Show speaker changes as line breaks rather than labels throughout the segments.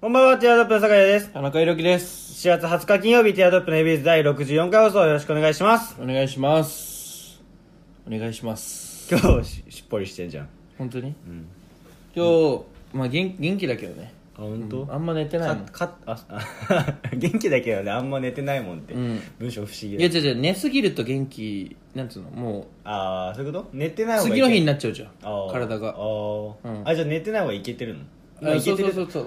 こんばんは、ティアドロップの酒井です。
田中裕樹です。
7月20日金曜日、ティアドロップのエビーズ第64回放送よろしくお願いします。
お願いします。お願いします。
今日し、しっぽりしてんじゃん。あ、
本当に、今日、まあ元元気だけどね。
本当
あんま寝てないもん。
か、か、あ、 あ元気だけどね、あんま寝てないもんって。
うん
文章不思議
い
だ
や違う違う、寝すぎると元気、なんつうの、も、
あー、そういうこと寝てないう方がい
次
け
の日になっちゃうじゃん。
あー
体
あ
が。
ー、
うん
あ、じゃあ寝てない方がいけてるの。
あそうそうそううそう。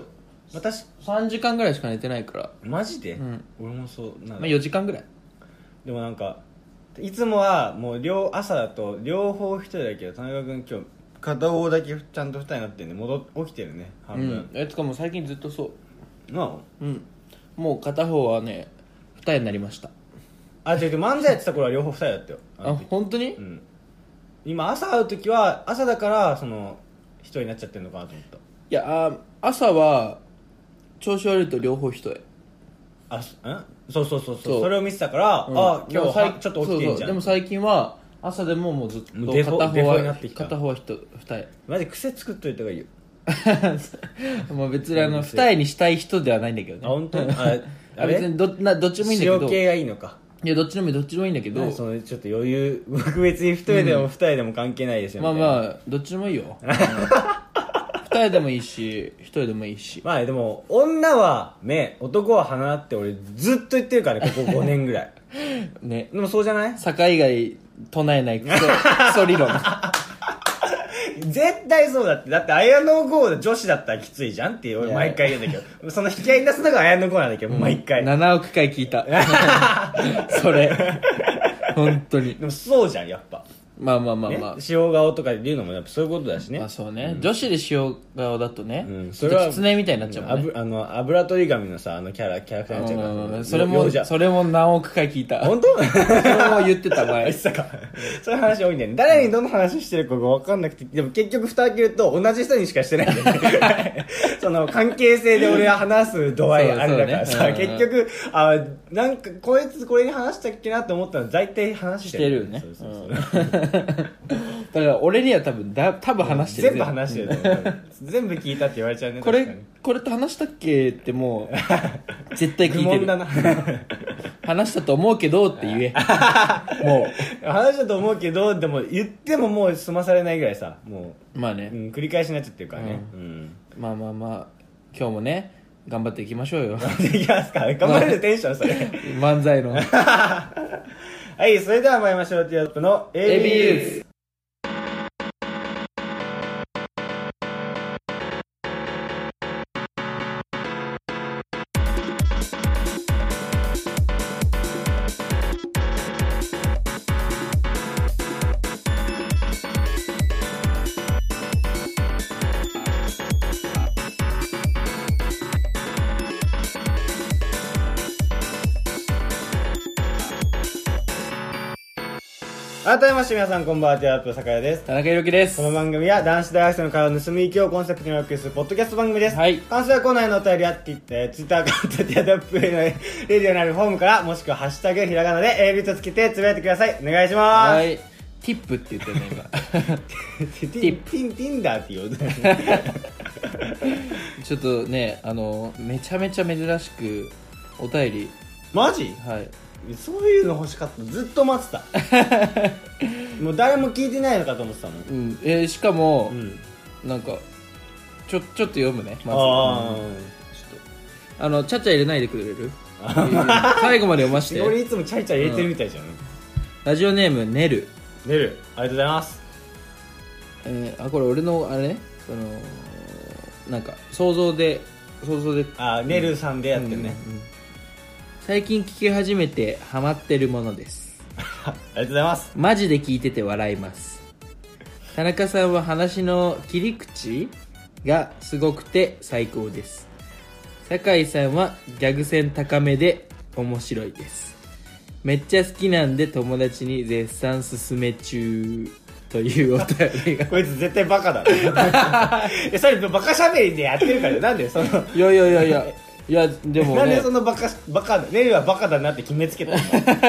まあ、確か
3時間ぐらいしか寝てないから。
マジで、
ん
俺もそうな
ま
んだ
あ4時間ぐらい。
でもなんかいつもはもう両朝だと両方一人だけど田中君今日片方だけちゃんと二人になってね戻っ起きてるね
う
半
ん
分。、
え、つかもう最近ずっとそ
な
う。うん。もう片方はね、二重になりました。
ああ違う違う漫才やってた頃は両方二人だったよあ
あ
の時、
本当に、
うん、今朝会う時は朝だからその一人になっちゃってるのかなと思った
いや、あ朝は、調子悪いと両方一重。
あすんそうそうそうそう
そ
そうれを見てたから、
うん
あ
で
今日
もさい
はちょっと起きてん
そう
じ
そ
ゃ
うんでも最近は朝でももうずっと
もうデ
片
フォ
方は
デフォになってきた
片方は人 二重
マジ癖作っといた方がいいよ、
まあ別にあの二重にしたい人ではないんだけどね
あ本当ああ
あ
れ
別にどなどっちでもいいんだけ
塩
ど
系がいいのか
いやどっちでもいいどっちでもいいんだけど
ねそのちょっと余裕 僕別に一人でも二人でも関係ないですよ、
まあ
みたいな
まあどっちでもいい ようん二重でもいいし一重でもいいし
まあでも女は目男は鼻って俺ずっと言ってるからね ここ5年ぐらい
ね
でもそうじゃない
坂以外唱えな いクソクソ理論
絶対そうだってだって綾野剛で女子だったらきついじゃんって
い
俺
や
毎回言うんだけどその引き合いに出すのが綾野剛なんだけど毎回、で
7億回聞 いたそれ本当に
もそうじゃんやっぱ、
まあまあまあ
ね
まあ
塩顔とかで言うのもやっぱそういうことだしね
まあそうね、女子で塩顔だとね、
うん
ちょっと狐みたいになっちゃうもんね、
油あの油取り紙のさあのキャラキャラクターになっちゃう
うんうん
か
う
ら
んそれも
よじゃ
それも何億回聞いた
本当
それも言ってた前
あいつだかそういう話多いんだよね誰にどの話してるかが分かんなくてでも結局蓋開けると同じ人にしかしてないんだよ ねその関係性で俺は話す度合いあれだから
そう
さ、
そうね
結局あなんかこいつこれに話したっけなと思ったら大体話し
して
る
てるよね
そうそうそう
うんだから俺には多分だ多分話してる
全部話してると思う全部聞いたって言われちゃうね
こ
確か
れ
に
これと話したっけってもう絶対聞
愚
いて
問
る
だな
話したと思うけどって言 えも
話したと思うけどでも言ってももう済まされないぐらいさも
うまあ
う、う
ね、
ん、繰り返しになっちゃってるからね、うん
まあまあまあ今日もね頑張っていきましょうよ
できますか頑張れるテンションそれ
漫才 の
はいそれでは参りましょうティアドロップの
AB ユ
AB
ーズ
改めまして皆さんこんばんはティアドロップ酒屋です
田中裕樹です
この番組は男子大学生の会話を盗み聞きをコンセプトにお送りするポッドキャスト番組です、
はい
関西コーナーへのお便りはって言ってツイッターアカウントティアドロップへのレディオにあるフォームからもしくは「ハッシュタグひらがな」で AB とつけてつぶやいてくださいお願いします、
はいティップって言ってね今
ティティティティンダーって言おうとしてる
ちょっとねあのめちゃめちゃ珍しくお便り
マジ
はい
そういうの欲しかったずっと待って たもう誰も聞いてないのかと思ってたもん
うんえーしかも
う、ん
なんかちょちょっと読むねまず
あ
う
ー
んちょっとあのちゃちゃ入れないでく れる最後まで読まし
俺
て
いつもチャリチャリ入れてるみたいじゃん、
ラジオネームねる、
出るありがとうございます
えーあこれ俺のあれねそのなんか想像で想像で
あねるさんでやってるね、
うんうん最近聞き始めてハマってるものです
ありがとうございます
マジで聞いてて笑います田中さんは話の切り口がすごくて最高です酒井さんはギャグ線高めで面白いですめっちゃ好きなんで友達に絶賛勧め中というお便りが
こいつ絶対バカだ ねえそれバカしゃべりでやってるからなんでその
いやいやいやいやいやでも
なん
ね
でそのバカバカだねるはバカだなって決めつ けたの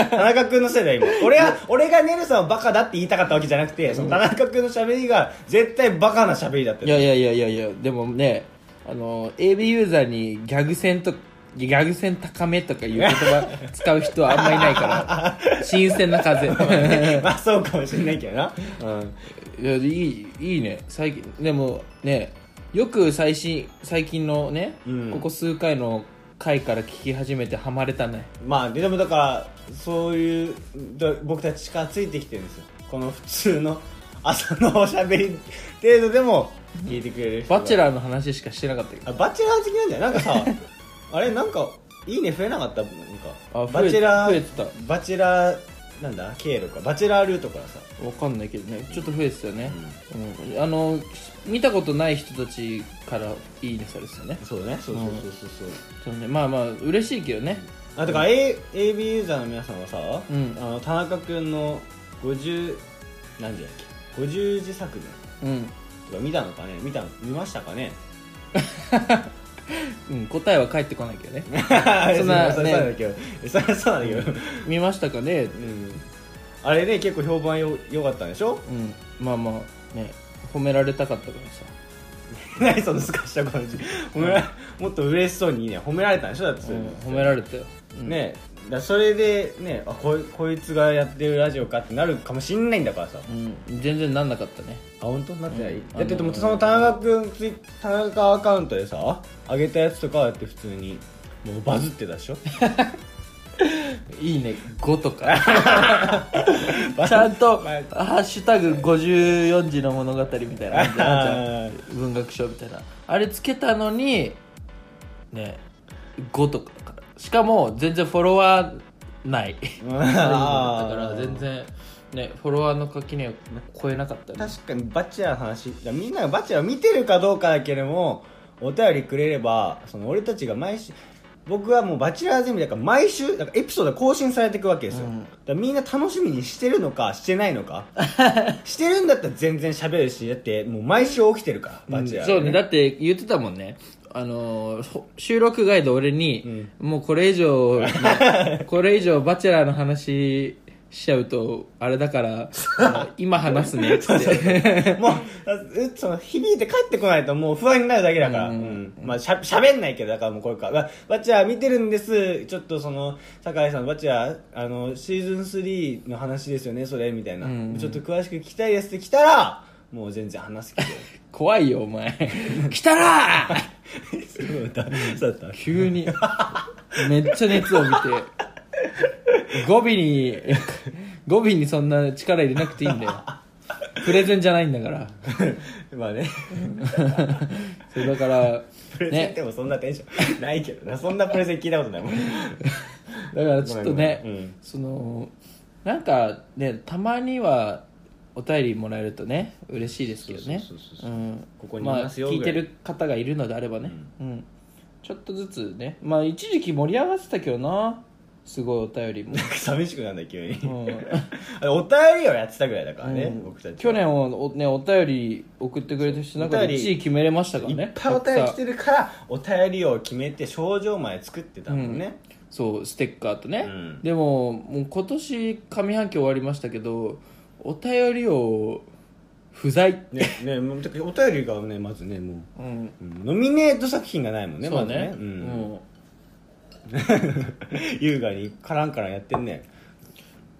田中君のせいだよ今俺は俺がねるさんをバカだって言いたかったわけじゃなくてその田中君のしゃべりが絶対バカなしゃべりだった
いやいやいやいやいやでもねあの AB ユーザーにギャグ戦とギャグ戦高めとかいう 言葉使う人はあんまりいないから新鮮な風
まあそうかもしれないけどな、うん、
いやいいいいね最近でもねよく最新最近のね、
うん
ここ数回の回から聞き始めてハマれたね
まあでもだからそういうだ僕たち力ついてきてるんですよこの普通の朝のおしゃべり程度でも聞いてくれる人が
バチェラーの話しかしてなかったけど
あバチェラー好きなんじゃないなんか さあれなんかいいね増えなかったなんか
あ増え
バチェラー
増えてた
バチェラーなんだ経路かバチェラールートからさ
わかんないけどねちょっと増えてたよね、うんあの見たことない人たちからいいねされてたね
そうだねそうそうそうそうそう、
そうねまあまあ嬉しいけどね
あだから、A、AB ユーザーの皆さんはさ、
うん
あの田中君の50何時だっけ50時作文
うん、
とか見たのかね見た見ましたかね
うん、答えは返ってこないけどね
そ
んな
そうなんだけどそりゃそうなんだけど、
見ましたかね
うん、あれね結構評判よ良かったんでしょ
うんまあまあね褒められたかったからさ
何そのすかした感じ褒めらもっと嬉しそうにね褒められたんでしょだってそれ、
うん褒められたよ、うん
ねだからそれでねあこいこいつがやってるラジオかってなるかもしんないんだからさ
うん、全然なんなかっ たね
あ本当なってない、
うん
だってで
あ
も
の
その田中君ツイ田中アカウントでさ上げたやつとかはだって普通にもうバズってたで しょ
いいね5と か
バ
ちゃんと「
まあ
ハッシュタグ #54 字の物語」みたいなあんじゃんあんじゃん
あ
文学賞みたいなあれつけたのにね5とかだからしかも全然フォロワーない
ー
だから全然ねフォロワーの垣根を超えなかったね
確かにバチェラーの話いやみんながバチェラー見てるかどうかだけれどもお便りくれればその俺たちが毎週僕はもうバチェラーゼミだから毎週だからエピソードが更新されていくわけですよ、
うん
だからみんな楽しみにしてるのかしてないの かしてるんだったら全然喋るしだってもう毎週起きてるからバチェラー、
そうねだって言ってたもんねあのーほ収録外で俺に、もうこれ以上、 ねこれ以上バチェラーの話しちゃうとあれだからあの今話すねっつ っ て
もうあうその響いて帰ってこないともう不安になるだけだから、
う
うんんまあ、しゃ喋んないけどだからもうこれからわ「バチャー見てるんです」ちょっとその酒井さん「バチャーあのシーズン3の話ですよねそれ」みたいな、
うんうん
ちょっと詳しく聞きたいです」って来たらもう全然話すけど
怖いよお前来たらー
そうだったそうだっ
急にめっちゃ熱を見て語尾に語尾にそんな力入れなくていいんだよプレゼンじゃないんだから
た まあね
それだから
プレゼン
ね
でもそんなテンションないけどな、そんなプレゼン聞いたことないもん
だからちょっとね、
ごめんごめんうん
そのなんかねたまにはお便りもらえるとね嬉しいですけどね
そうそうそう
う
そうんここにいますよ
まあ、聞いて
ぐ
る方がいるのであればね、うんちょっとずつねまあ一時期盛り上がってたけどなすごいお便りも
寂しくなんだ急に、
ん
あれお便りをやってたぐらいだからね、
うん
僕たちは
去年をお,、ね、お便り送ってくれた人の中
お
で
便り
1位決めれましたから
い
ね
っぱいお便り来
たくさん
てるからお便りを決めて症状前作ってたもんね、
そうステッカーとね、
うん
でももう今年上半期終わりましたけどお便りを不在、
ねねもうてかお便りがねまずねもう
うん
うんノミネート作品がないもんね
そう
まずね
ね、
うん、 優雅にカランカランやってんね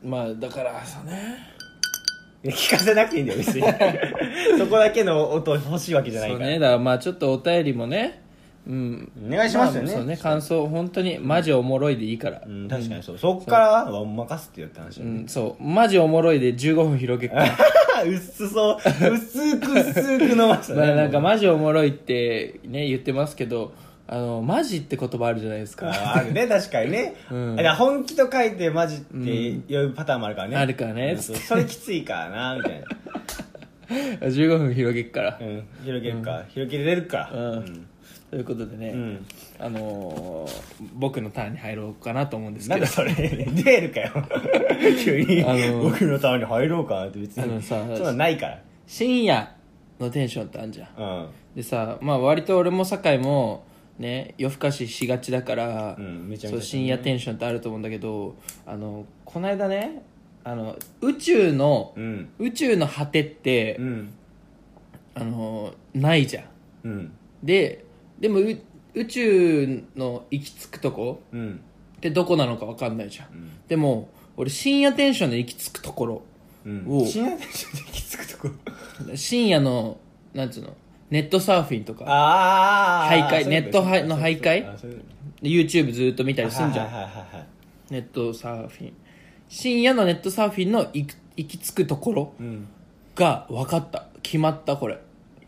うんまあだからさね
いや聞かせなくていいんだよ別に そこだけの音欲しいわけじゃない
そう
から、
ねだからまあちょっとお便りもねうん
お願いしますよね,、
あそうね感想本当にマジおもろいでいいから
うん、確かにそう、そっからはお任せってよって話、
うん、そうマジおもろいで15分広げっから
薄そう薄く薄く飲ましたね、
まあなんかマジおもろいってね言ってますけどあのマジって言葉あるじゃないですか
ああるね確かにね、
うん
だから本気と書いてマジって呼ぶパターンもあるからね、
うんあるからね
うんそうそれきついからなみたいな、
15分広げっから
う、ん、広げるか、広げれるか
うんということでね、
うん
あのー僕のターンに入ろうかなと思うんです
な
け
ん
ど
だそれ出るか よ急に、
あの
僕のターンに入ろうかなって別に
あのさ
そんなのないから
深夜のテンションってあるじゃん
うん
でさまあ割と俺も酒井もね夜更かししがちだから、
うんめちゃめちゃ
そう深夜テンションってあると思うんだけどあのこの間ねあの宇宙の、
うん
宇宙の果てって、
うん
あのないじゃん
うん
でででもう宇宙の行き着くとこ
うん
ってどこなのか分かんないじゃん、
ん
でも俺深夜テンションの行き着くところ
うん
おう
深夜電車で行き着くとこ
深夜のなんつうのネットサーフィンとか
あ
徘徊ネットはの徘徊で YouTube ずっと見たりすんじゃん、
はいはいはいはい
ネットサーフィン深夜のネットサーフィンの行く行き着くところ
うん
が分かった決まったこれ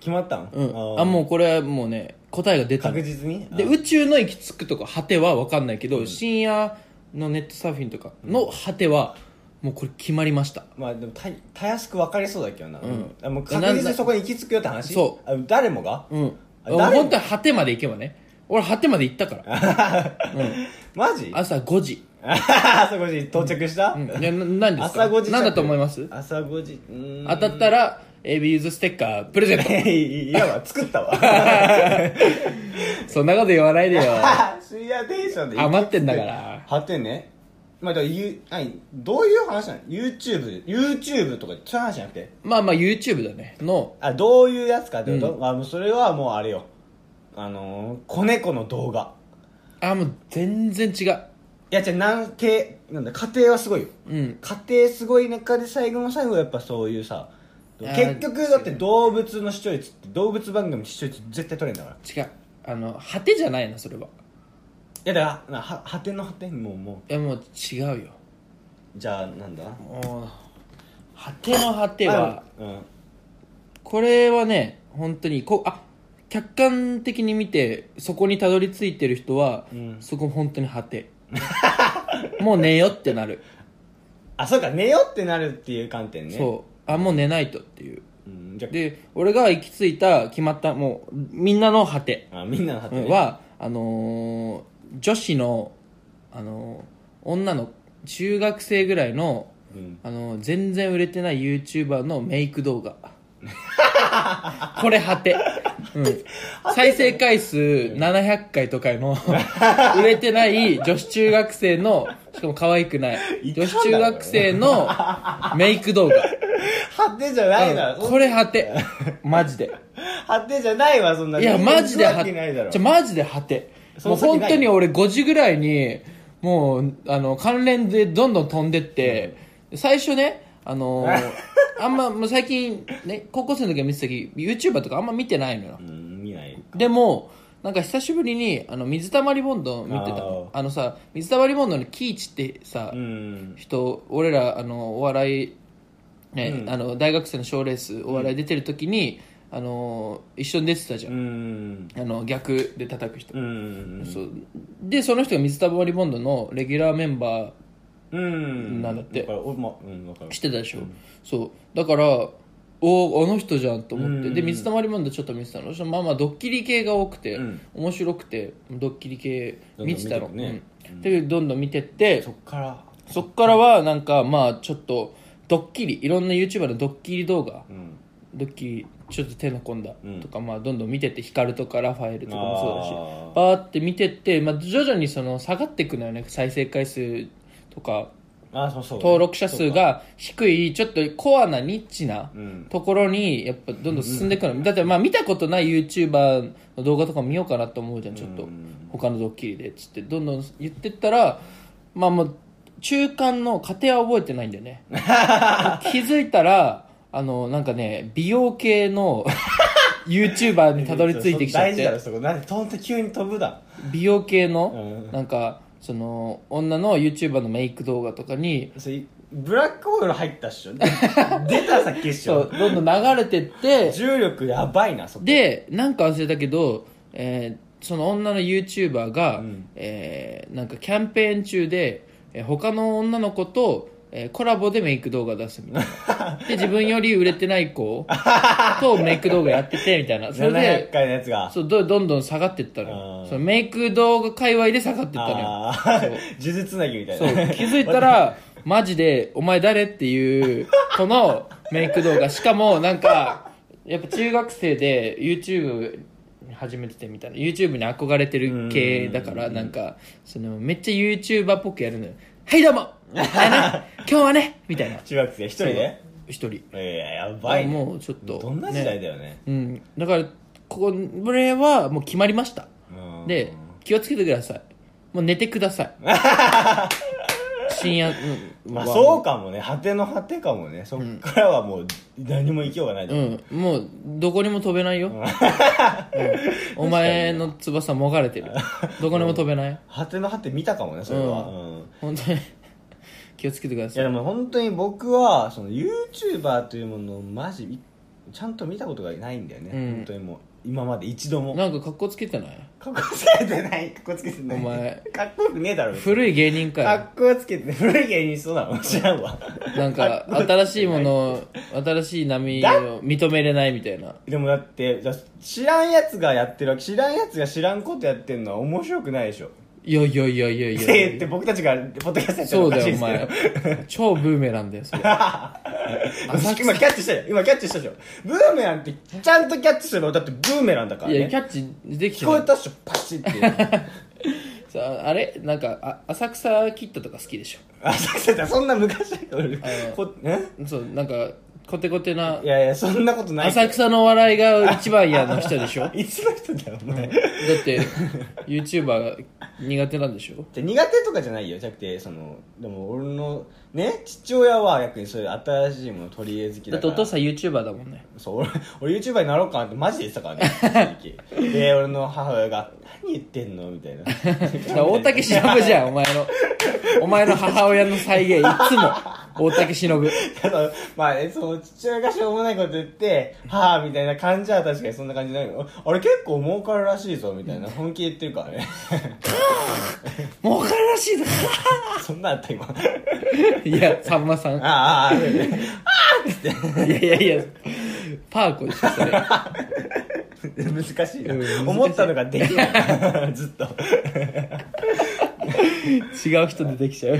決まったの
うん
ー
あもうこれはもうね答えが出た
確
で
実に
宇宙の行き着くとこ果ては分かんないけど、深夜のネットサーフィンとかの果てはもうこれ決まりました
まあでもたたやすく分かりそうだけどな、
ん
あもう確実にそこに行き着くよって話
そう
あ誰もが、
うん
あ誰も
本当は果てまで行けばね俺果てまで行っ たから
マジ
朝5時、
朝5時到着した、
うん、いやな何ですか
朝5時着
何だと思います
朝5時うーん
当たったらエビユーズステッカープレゼ ント
いやわ作ったわ
そんなこと言 わないでよ
深夜テンションで
余ってんだから
果てねまあだからゆ何どういう話なの YouTube YouTube とかそういう話じゃなくて
まあまあ YouTube だねの
あどういうやつかってこと、あもうそれはもうあれよあのー、子猫の動画
あもう全然違う
いやじゃあなんけなんだ家庭はすごいよ
うん
家庭すごい中で最後の最後やっぱそういうさ
あー
結局だって動物の視聴率って動物番組の視聴率絶対取れんだからい
違うあの果てじゃないなそれは
やだからなは果ての果てもうも
いやもう違うよ
うじゃあなんだ
もう果ての果ては
あうん
これはね本当にこうあ客観的に見てそこにたどり着いてる人は、
うん
そこ本当に果て もう寝よってなる、
あそうか寝よってなるっていう観点ね
そうあもう寝ないとっていう
う、ん、じゃ
で俺が行き着いた決まったもうみんなの果て
ああみんなの果て、
う
ね
んはあのー女子の、あのー女の中学生ぐらいの、
うん
あのー全然売れてない YouTuber のメイク動画 これ果て、うん、再生回数700回とか の売れてない女子中学生のしかも可愛くない
いかんだろ
女子中学生のメイク動画、
果てじゃないな、
うんこれ果てマジで
果てじゃないわそんない
や、マジで
果
果
てないだろ
て。じゃ、マジで果て。
そ
もう
の先ない
本当に俺5時ぐらいに、もう、あの、関連でどんどん飛んでって、最初ね、あ のー、あんま、もう最近、ね、高校生の時は見てたけど、YouTuber とかあんま見てないのよ
う。ん見ない
でも、なんか久しぶりに、あの、水溜りボンド見てたの。あのさ、水溜りボンドのキイチってさ、
うん
人俺らあのお笑い、ね
うん
あの大学生の賞レースお笑い出てる時に、あの一緒に出てたじゃ、
うんん
あの逆で叩く人、
うん
そうでその人が水溜りボンドのレギュラーメンバ
うん
なんだって
から俺もうんわかる
ーしてたでしょ、そうだからおあの人じゃんと思って、
うん
で水溜りボンドちょっと見てたのそしたらまあまあドッキリ系が多くて、
うん
面白くてドッキリ系見てた
ど
の
んどん見てるね
うんでどんどん見てって
そっから
そっからはなんかまあちょっとドッキリいろんな YouTuber のドッキリ動画
うん
ドッキリちょっと手の込んだ
うん
とか、まあどんどん見てってヒカルとかラファエルとかもそうだ
あー
しバーって見てって、まあ、徐々にその下がっていくのよね再生回数とか
あそうそう
登録者数が低いちょっとコアなニッチな
うん
ところにやっぱどんどん進んでいくの、だってまあ見たことない YouTuber の動画とかも見ようかなと思うじゃんちょっと、
うん
他のドッキリでっつってどんどん言ってったらまあもう中間の過程は覚えてないんだ よね気づいたらあのなんかね美容 系の YouTuber に たどり着いてきちゃっ
そうそう大事だろ
て
そこなんでとんと急に飛ぶだ
美容系
う
の
ん
なんかその女の YouTuber のメイク動画とかに
それブラックホール入ったっしょ 出た先っし
そ
ょ
うどんどん流れてって
重力やばいなそこ
でなんか忘れたけど、えーその女の YouTuber が、
うん
えーなんかキャンペーン中で、えー他の女の子と、えーコラボでメイク動画出すみたいなで自分より売れてない子とメイク動画やっててみたいなそれ
700
で
回のやつが
そうどどんどん下がってったの
あ
よ
ー
そのメイク動画界隈で下がってったのよ
ああー呪術つなぎみたい
そう
な
気づいたらマジで「お前誰?」っていうこのメイク動画しかもなんかやっぱ中学生で YouTube 始めててみたいな YouTube に憧れてる系だからなんかそのめっちゃ YouTuber っぽくやるのよ「はいどうもあのね今日はね」みたいな
中学生一人で
一人
いややばいね
もうちょっと
どんな時代だよね
うんだからここれはもう決まりました
うん
で気をつけてくださいもう寝てくださ い深夜、うん
まあ
は
そうかもね果ての果てかもねそっからはもう何も勢いがない、
うん、もうどこにも飛べ ないよ、うんお前の翼もがれてるどこにも飛べない
果ての果て見たかもねそれは、うん
本当に気をつけてくだ
い
さ
や
い
でも本当に僕はその YouTuber というものをマジいちゃんと見たことがないんだよね、
うん
本当にもう今まで一度も
なんか格好つけてない
かっこつけてないかっこつけてない
お前
かっこよくねえだろ別に
古い芸人か
か
よ
っこつけて古い芸人しそうなの 知らんわ
なんか新しいものを新しい波を認めれないみたいな
でもだってじゃあ知らんやつがやってるわけ知らんやつが知らんことやってるのは面白くないでしょ
いやいやいやいや い
っ
や
て言って僕たちがポッドキャストやってるの
そ
お
う
か
だ
しいで
よお
すけど
前超ブーメランだ よそれ浅
今
草
キャッチしたよ今キャッチしたでしょブーメランってちゃんとキャッチすればだってブーメランだから
いや
ね
キャッチできて
聞こ
な
え
い
たっしょパチって いう
さああれなんかあ浅草キッドとか好きでし
浅草ってそんな昔だよ俺こえ
ょそうなんかコテコテない
やいやそんなことない
浅草のお笑いが一番嫌な人で しょだ
いつの人だよお前、
って YouTuber 苦手なんでしょ
で苦手とかじゃないよじゃなくてそのでも俺のね父親は逆にそういう新しいもの取り入れ好きだ
だっ
か
てお
ら
父さん YouTuber だもんね
そう俺俺 YouTuber になろうかなってマジで言ってたからね一 時期で俺の母親が「何言ってんの?」みたいな
だから大竹しのぶじゃんお前のお前の母親の再現いつも大竹しのぶ
あの まあえその父親がしょうもないこと言って「はあ」みたいな感じは確かにそんな感じないよあれ結構儲かるらしいぞみたいな本気で言ってるから ね
もうかるらしいぞ
そんなんあった今あ
いやさんま さん
あああああっつって
いやいやいやパーコでしょそれ
難しいな、
うん難しい
思ったのができない ずっと
違う人出てきちゃう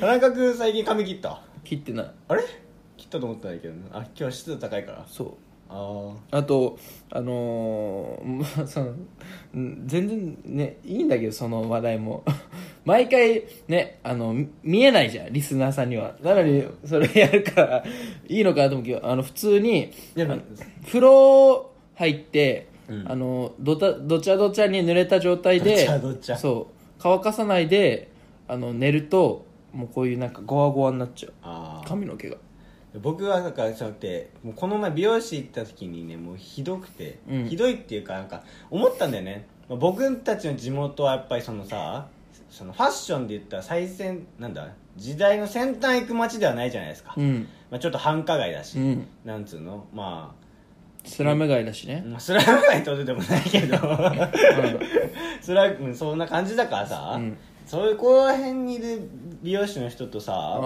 田中君最近髪切った
切ってない
あれ切ったと思ったんだけどねあ今日は湿度高いから
そう
あー
あとあのーま あそのうん全然ねいいんだけどその話題も 毎回ねあのみ見えないじゃんリスナーさんにはなのにそれやるからいいのかなと思うけどあの普通に
いや
あの風呂入って、
うん
あのどたどちゃどちゃに濡れた状態で
どちゃどちゃ
そう乾かさないであの寝るともうこういうなんかゴワゴワになっちゃう
あー
髪の毛が
僕はなんかじゃなくてもうこの前美容師行った時にねもうひどくて、
うん
ひどいっていうかなんか思ったんだよねまあ僕たちの地元はやっぱりそのさそのファッションで言ったら最先なんだ時代の先端行く街ではないじゃないですか、
うん
まあ、ちょっと繁華街だし、
うん
なんつうのま
スラム街だしね、
あまあスラム街ってことでもないけ どスラムそんな感じだからさ、
うん
そういうこら辺にいる美容師の人とさ、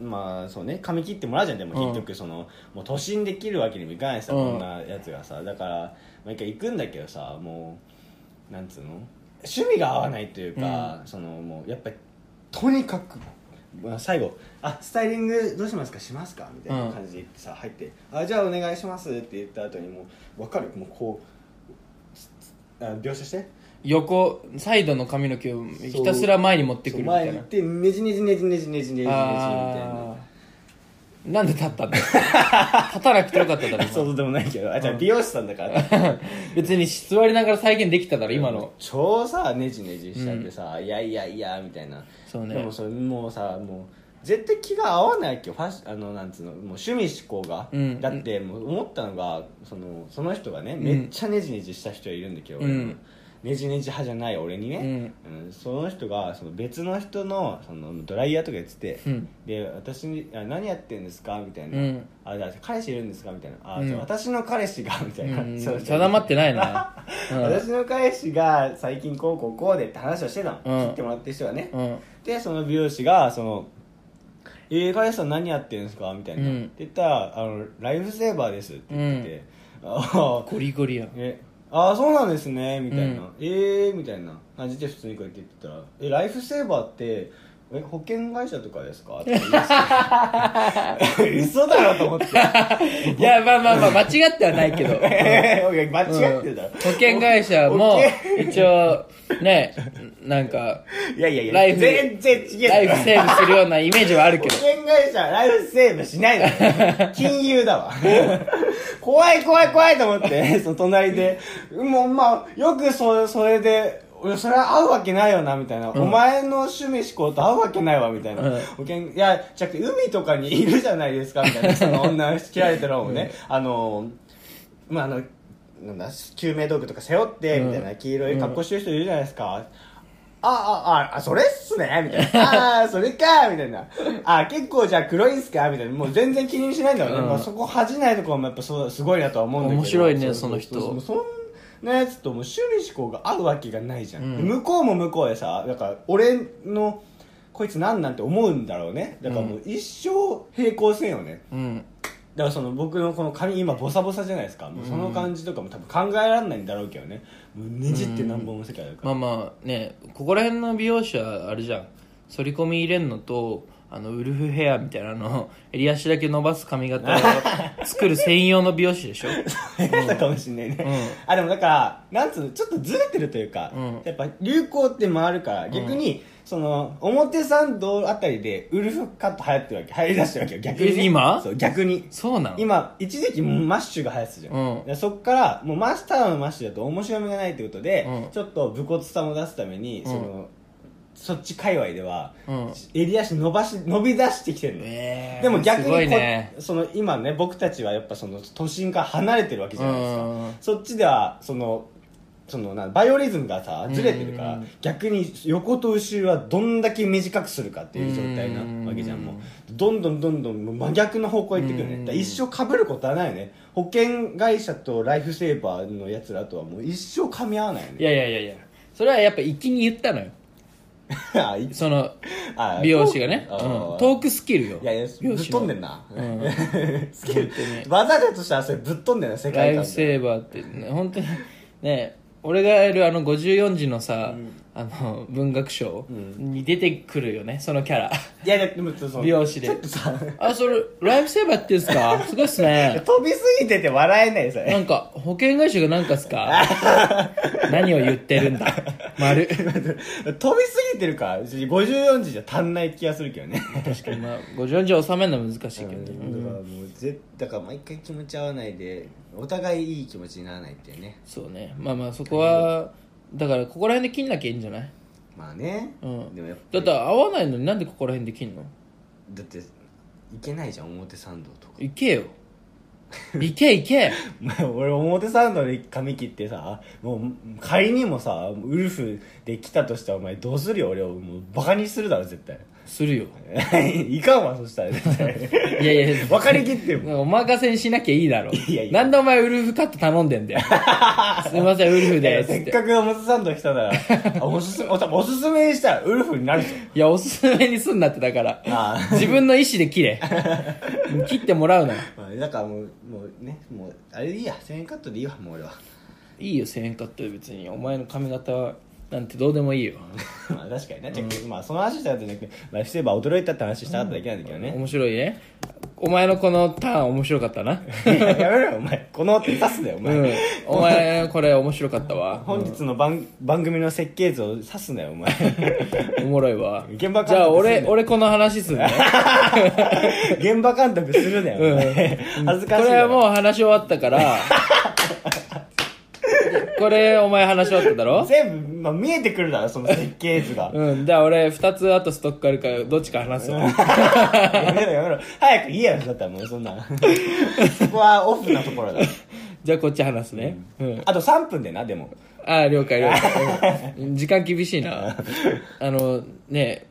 うん
まあそうね髪切ってもらうじゃんでも
うん
結局その、もう都心で切るわけにもいかないしさ、
うん
こんなやつがさだから毎回行くんだけどさもうなんつうの趣味が合わないというか、そのもうやっぱりとにかく、まあ、最後「あスタイリングどうしますかしますか?」みたいな感じで言ってさ、入って「あじゃあお願いします」って言った後にもう分かるもうこうあ描写して
横サイドの髪の毛をひたすら前に持ってくるみた
前
い
に
な
行ってねじねじねじねじねじねじねじみたいな
あーなんで立ったんだよ 立たなくてよかっただろ
想像でもないけどあじゃあ美容師さんだから
今別に座りながら再現できただろ今の
超さネジネジしちゃってさ、いやいやいやみたいな
そうね
でもそれもうさもう絶対気が合わないわけよファッシあのなんつうのもう趣味嗜好が、
うん
だってもう思ったのがそのその人がね、めっちゃネジネジした人がいるんだけど、
うん
俺もネジネジ派じゃない俺にね、うんその人がその別の人のそのドライヤーとかやってて、
うん
で私にあ「何やってんですか?」みたいな「
うん
あじゃあ彼氏いるんですか?」みたいな「あ、じゃあ
うん
私の彼氏が」みたいな、
うん
その人
定まってない なうん
私の彼氏が最近こうこうこうでって話をしてたの、
うん
切ってもらってる人がね、
うん
でその美容師がその「えー、彼氏さん何やってるんですか?」みたいな、
うん
って言ったらあの「ライフセーバーです」って言ってて、ああ
ゴリゴリやん
えああそうなんですねみたいな、
うん
ええー、みたいな感じで普通にこうやって言ってたら「えライフセーバーってえ保険会社とかですか?」って言いますよ 嘘だろと思って
いや、まあまあまあ、間違ってはないけど。
おい間違ってるだろ、
うん保険会社も
保、
一応、ね、なんか、
いやいやいや
ライフ
全然違う
ライフセーブするようなイメージはある
保
けど。
険会社はライフセーブしない の金融だわ怖い怖い怖いと思 ってその隣でもうまあよくそそれで俺それは合うわけないよなみたいな、お前の趣味思考と合うわけないわみたいな、
うん
保険いやじゃなくて海とかにいるじゃないですかみたい なその女の切られてる方もね、あのまああのなんだ救命道具とか背負ってみたいな、
うん
黄色い格好してる人いるじゃないですか、ああ、あ、あ、それっすねみたい な。ああ、それかみたいな。あ結構じゃあ黒いんすかみたいな。もう全然気にしないんだよね。
うん
まあ、そこ恥じないところもやっぱそうすごいなとは思うんだけど。
面白いね
う
その人
うそうそんなやつともう趣味思考が合うわけがないじゃん。
うん
向こうも向こうでさ、だから俺の、こいつなんなんて思うんだろうね。だからもう一生平行線よね。
うん。
だからその僕のこの髪今ボサボサじゃないですかもうその感じとかも多分考えられないんだろうけどねもうねじってなんぼの世界だから、
まあまあ、ね、ここら辺の美容師は、あれじゃん。反り込み入れんのと、あの、ウルフヘアみたいなの、襟足だけ伸ばす髪型 を作る専用の美容師でしょ
そうかもしんないね、
う
あでもだからなんつうのちょっとずれてるというか、
うん
やっぱ流行って回るから逆に、その表参道あたりでウルフカット流行ってるわけ流行りだしてるわけよ逆にね、
え今
そう逆に
そうなの
今一時期マッシュが流行ってたじゃん、
うん
でそっからもうマスターのマッシュだと面白みがないってことで、
うん
ちょっと武骨さも出すために、
うん
そのそっち界隈では、
うん
襟足伸ばし伸び出してきてるの、
えー
でも逆
すご
に
い
こ
ね。
その今ね僕たちはやっぱその都心から離れてるわけじゃないですか、
うん
そっちではそのそのなバイオリズムがさずれてるから、
うん
逆に横と後ろはどんだけ短くするかっていう状態なわけじゃん、
うん
もうどんどんどんどんもう真逆の方向へ行ってくるね、
うん
だから一生かぶることはないよね保険会社とライフセーバーのやつらとはもう一生噛み合わないよ
い
ね
やいやいやいや。それはやっぱ粋に言ったのよ。
あい
その、
あ
美容師がね。う
あ
ん
ー
トークスキルよ。
いやいやぶ
美
っ
容師の
飛んでんな、
うん
スキル
本当に
技だとしたらそれぶっ飛んでんな世
ラ
界
イ
観
フ
で
セーバーってね本当にね俺がやるあの54時のさ、あの文学賞に出てくるよねそのキャラ
いやでもその
美容師で
ちょっとさ
あそれライフセーバーって言うんすかすごいっすね
飛びすぎてて笑えないそれ
なんか保険会社がなんかっすか何を言ってるんだ丸
飛びすぎてるから54時じゃ足んない気がするけどね
確かにまあ54時は収めるのは難しい けど
だ
ね、
からもうぜだから毎回気持ち合わないでお互いいい気持ちにならないっていうね
そうねまあまあそこはだからここら辺で切んなきゃいいんじゃない
まあね、
うん
でもやっ
だ
ぱ
って合わないのになんでここら辺で切んの
だっていけないじゃん表参道とか
行けよ行け行け
まあ 俺表参道で髪切ってさもう仮にもさウルフで来たとしたらお前どうするよ俺をもうバカにするだろ絶対
するよ
いかんわそしたら絶対
いやいや
分かりきってるもん
お任せにしなきゃいいだろ
いやいや
なんでお前ウルフカット頼んでんだよすいませんウルフ
いや
で
せ
すっ
ってかく表参道来たならあおすすめおおすすめにしたらウルフになるぞ
いやおすすめにすんなってだから
あ
自分の意思で切れ切ってもらうな
まあ、だからもうもうねもうあれでいいや1000円カットでいいわもう俺は
いいよ1000円カットで別にお前の髪型なんてどうでもいいよ
まあ確かにね、まあその話したらじゃなくてライフセーバー驚いたって話したかっただけなんだけどね、
面白いねお前のこのターン面白かったな
やめろよお前この手指すだよお
う
前、
んお前これ面白かったわ
本日の番,、番組の設計図を指すなよお前
おもろいわ
現場監督
じゃあ
すん
俺
なよ
俺この話すんね
現場監督するなよ、お前 恥ずかしい
こ
だろ
れはもう話終わったからこれお前話終わっただろ
全部、まあ、見えてくるだろその設計図 が
うんじゃあ俺2つあとストックあるからどっちか話すわ
やめろやめろ早く言えよだったらもうそんなそこはオフなところだ
じゃあこっち話すねうん
あと3分でなでも
ああ了解了 解うん時間厳しいなあのね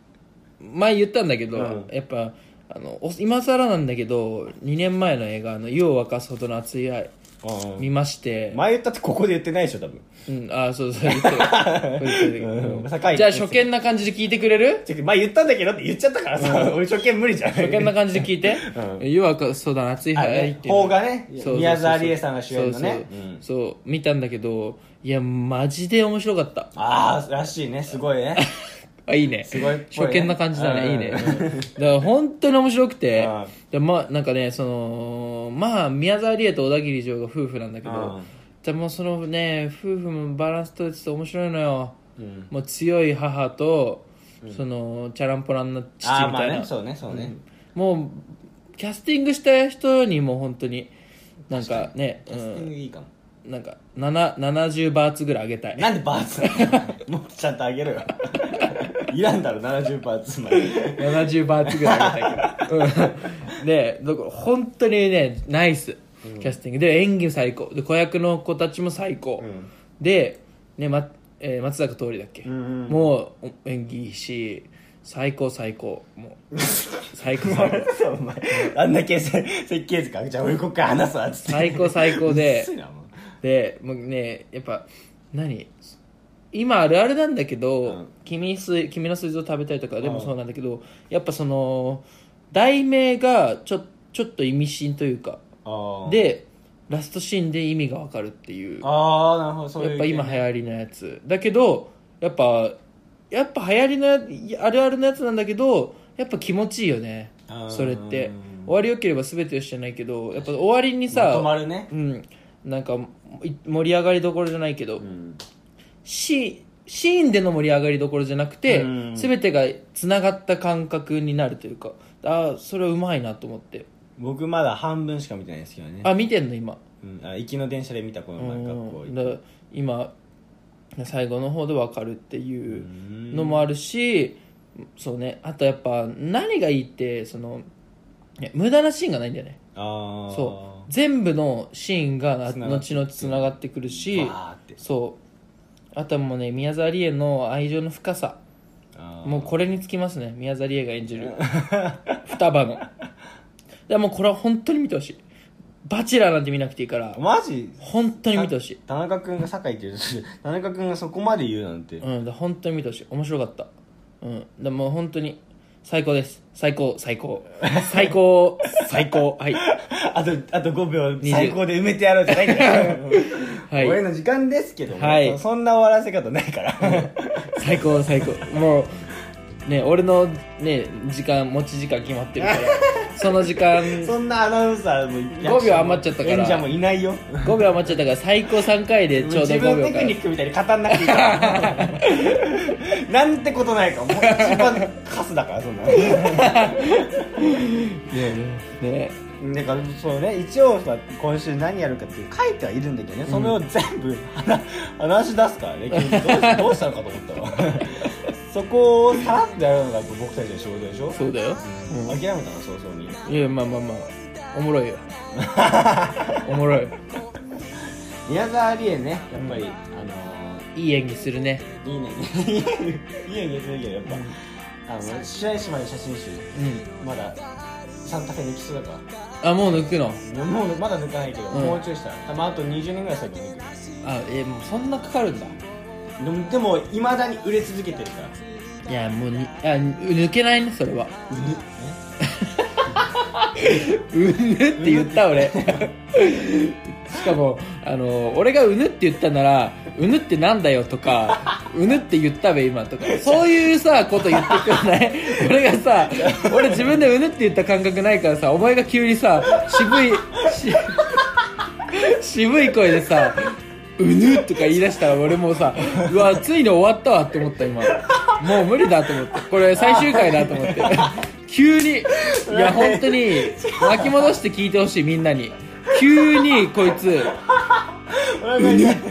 前言ったんだけど、やっぱあのお今更なんだけど2年前の映画の「湯を沸かすほどの熱い愛」見まして
前言ったってここで言ってないでしょ多分
うん、あそうそう言っ てる言ってる
うん酒井
じゃあ初見な感じで聞いてくれる
ちょ前言ったんだけどって言っちゃったからさ、俺初見無理じゃん
初見な感じで聞いて「湯はかそうだな熱い
あ
早い」っ
ね
ていう
邦画ね
そうそうそう
宮沢りえさんが主演のね
そうそ
う
う,、
ん
そう見たんだけどいやマジで面白かった
ああらしいねすごいね
あいいね
すごいっぽいね
初見な感じだ
うん
ねいいね、うんだから本当に面白くて
うん
でまあなんかねそのまあ宮沢りえと小田切城が夫婦なんだけ
う
ど
ん
でもそのね夫婦もバランス取れてて面白いのよ
うん
もう強い母と、そのチャランポランな父みた
あー
いな
まあねそうねそうね
もうキャスティングした人にも本当になんかね
キャスティングいいかも
うん、なんか7 70バーツぐらい上げたい
なんでバーツ なのもうちゃんとあげろよいらんだろ70パーツまで
70バーツぐらい上げたいけど、うん、でだから本当にねナイスキャスティングで演技最高で子役の子たちも最高、
うん
で、ねまえー松坂桃李だっけ、
ん
もうお演技いいし最高最高もう最高 最高
そうお前あんな計算設計図かじゃあ俺こっから話すわっつって
最高最高で
薄いなもう
でもうねやっぱ何今あるあるなんだけど、
うん
君水君の水蔵食べたりとかで
う
も
ん
そうなんだけど、やっぱその題名がちょちょっと意味深というか
あー
でラストシーンで意味がわかるっていう
ああなるほどそういう
やっぱ今流
早い
行りのやつだけどやっぱやっぱ流行りのやあるあるのやつなんだけどやっぱ気持ちいいよね
あー
それって終わりよければ全てよしじゃないけどやっぱ終わりに
ま
さ
とまるね
うん、なんかい盛り上がりどころじゃないけど、
うん
シシーンでの盛り上がりどころじゃなくて、
うん
全てがつながった感覚になるというかああそれうまいなと思って
僕まだ半分しか見てないですけどね
あ見てんの今
うんあ行きの電車で見たこの前学校行
うん
っ
だ
て
から今最後の方で分かるっていううんのもあるし、そうねあとやっぱ何がいいってそのいや無駄なシーンがないんだよね
ああ
そう全部のシーンが
つながって
後々つながってくるし
バーって
そうあとはもうね宮沢りえの愛情の深さもうこれにつきますね宮沢りえが演じる 双葉のでもうこれは本当に見てほしいバチェラーなんて見なくていいから
れマジ
本当に見てほしい
田中君が酒井って言うと田中君がそこまで言うなんて
うんだ本当に見てほしい面白かったうんでもう本当に最高です最高最高最高最高はい
あとあと5秒
20
最高で埋めてやろうじゃないんだよ
はい
俺の時間ですけども
はい
そそんな終わらせ方ない から
最高最高もうね俺のね時間持ち時間決まってるからその時間
そんなアナウンサーも
5秒余っちゃったから
演者もいないよ
5秒余っちゃったから最高3回でちょう
自
ど5
分
秒
テ
か
ク
ら
ニックみたいに語んなくていいからな んてことないからもう一番カスだからそんな
ね
だからそうね一応さ今週何やるかっていう書いてはいるんだけどねそれを全部話話し出す からね君どうしどうしたのかと思ったわそこをさらっとやるのが僕たちの仕事でしょ
そうだよ、
諦めたの早々に
いやまあまあまあおも ろいよおもろい
宮沢りえねやっぱり、あの
いい演技するね
ー、いいね いいねするけどやっぱ、あの白石麻衣写真集
うん
まだサンタフェに来そうだか
あもう抜くの
らもうまだ抜かないけど、
うん
もうちょいしたら多分あと20年ぐらいしたら抜く
あえもうそんなかかるんだ
でもでもいまだに売れ続けてるから
いやもうにあ抜けないねそれは
うぬ
うぬって言った俺しかもあの俺がうぬって言ったならうぬってなんだよとかうぬって言ったべ今とかそういうさこと言ってくれない俺がさ俺自分でうぬって言った感覚ないからさお前が急にさ渋いし渋い声でさ「うぬ」とか言い出したら俺もうさうわついに終わったわって思った今もう無理だと思ってこれ最終回だと思って急にいや本当に巻き戻して聞いてほしいみんなに急にこいつ
俺が言うぬ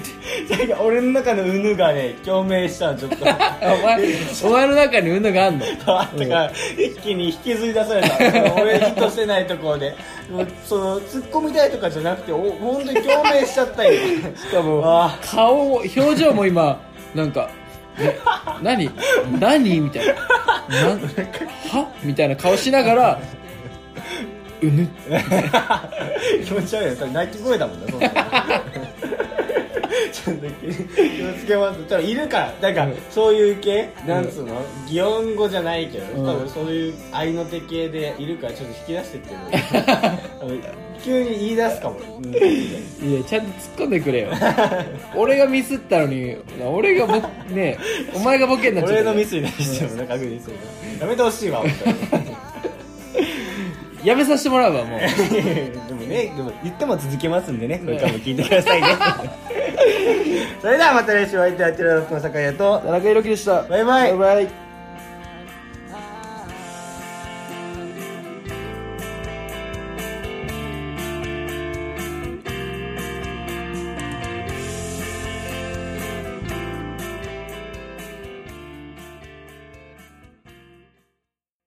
俺の中のうぬがね共鳴したのちょっとあ
お前お前の中にうぬがあんの
ったから一気に引きずり出された俺意図してないところでもうその突っ込みたいとかじゃなくてお本当に共鳴しちゃったよ
しかも
あ
顔も表情も今なんか「え何何?」みたいな「なんは?」みたいな顔しながら「うぬ」
気持ち悪いよそれ泣き声だもんなそん なのちょっと気をつけます多分いるからなんかそういう系、なんつうの擬音語じゃないけど、
う ん
多分そういう愛の手系でいるからちょっと引き出してってる多分急に言い出すかも、うん
いやちゃんと突っ込んでくれよ俺がミスったのに俺がボねお前がボケになっちゃった
俺のミスに対してもね確認するやめてほしいわ本当に
やめさせてもらうわもう
でもねでも言っても続けますんでねこれからも聞いてくだ さいねそれではまた来週お相手はあちらの酒屋と
田中裕樹でした
バイバイ
バイバイ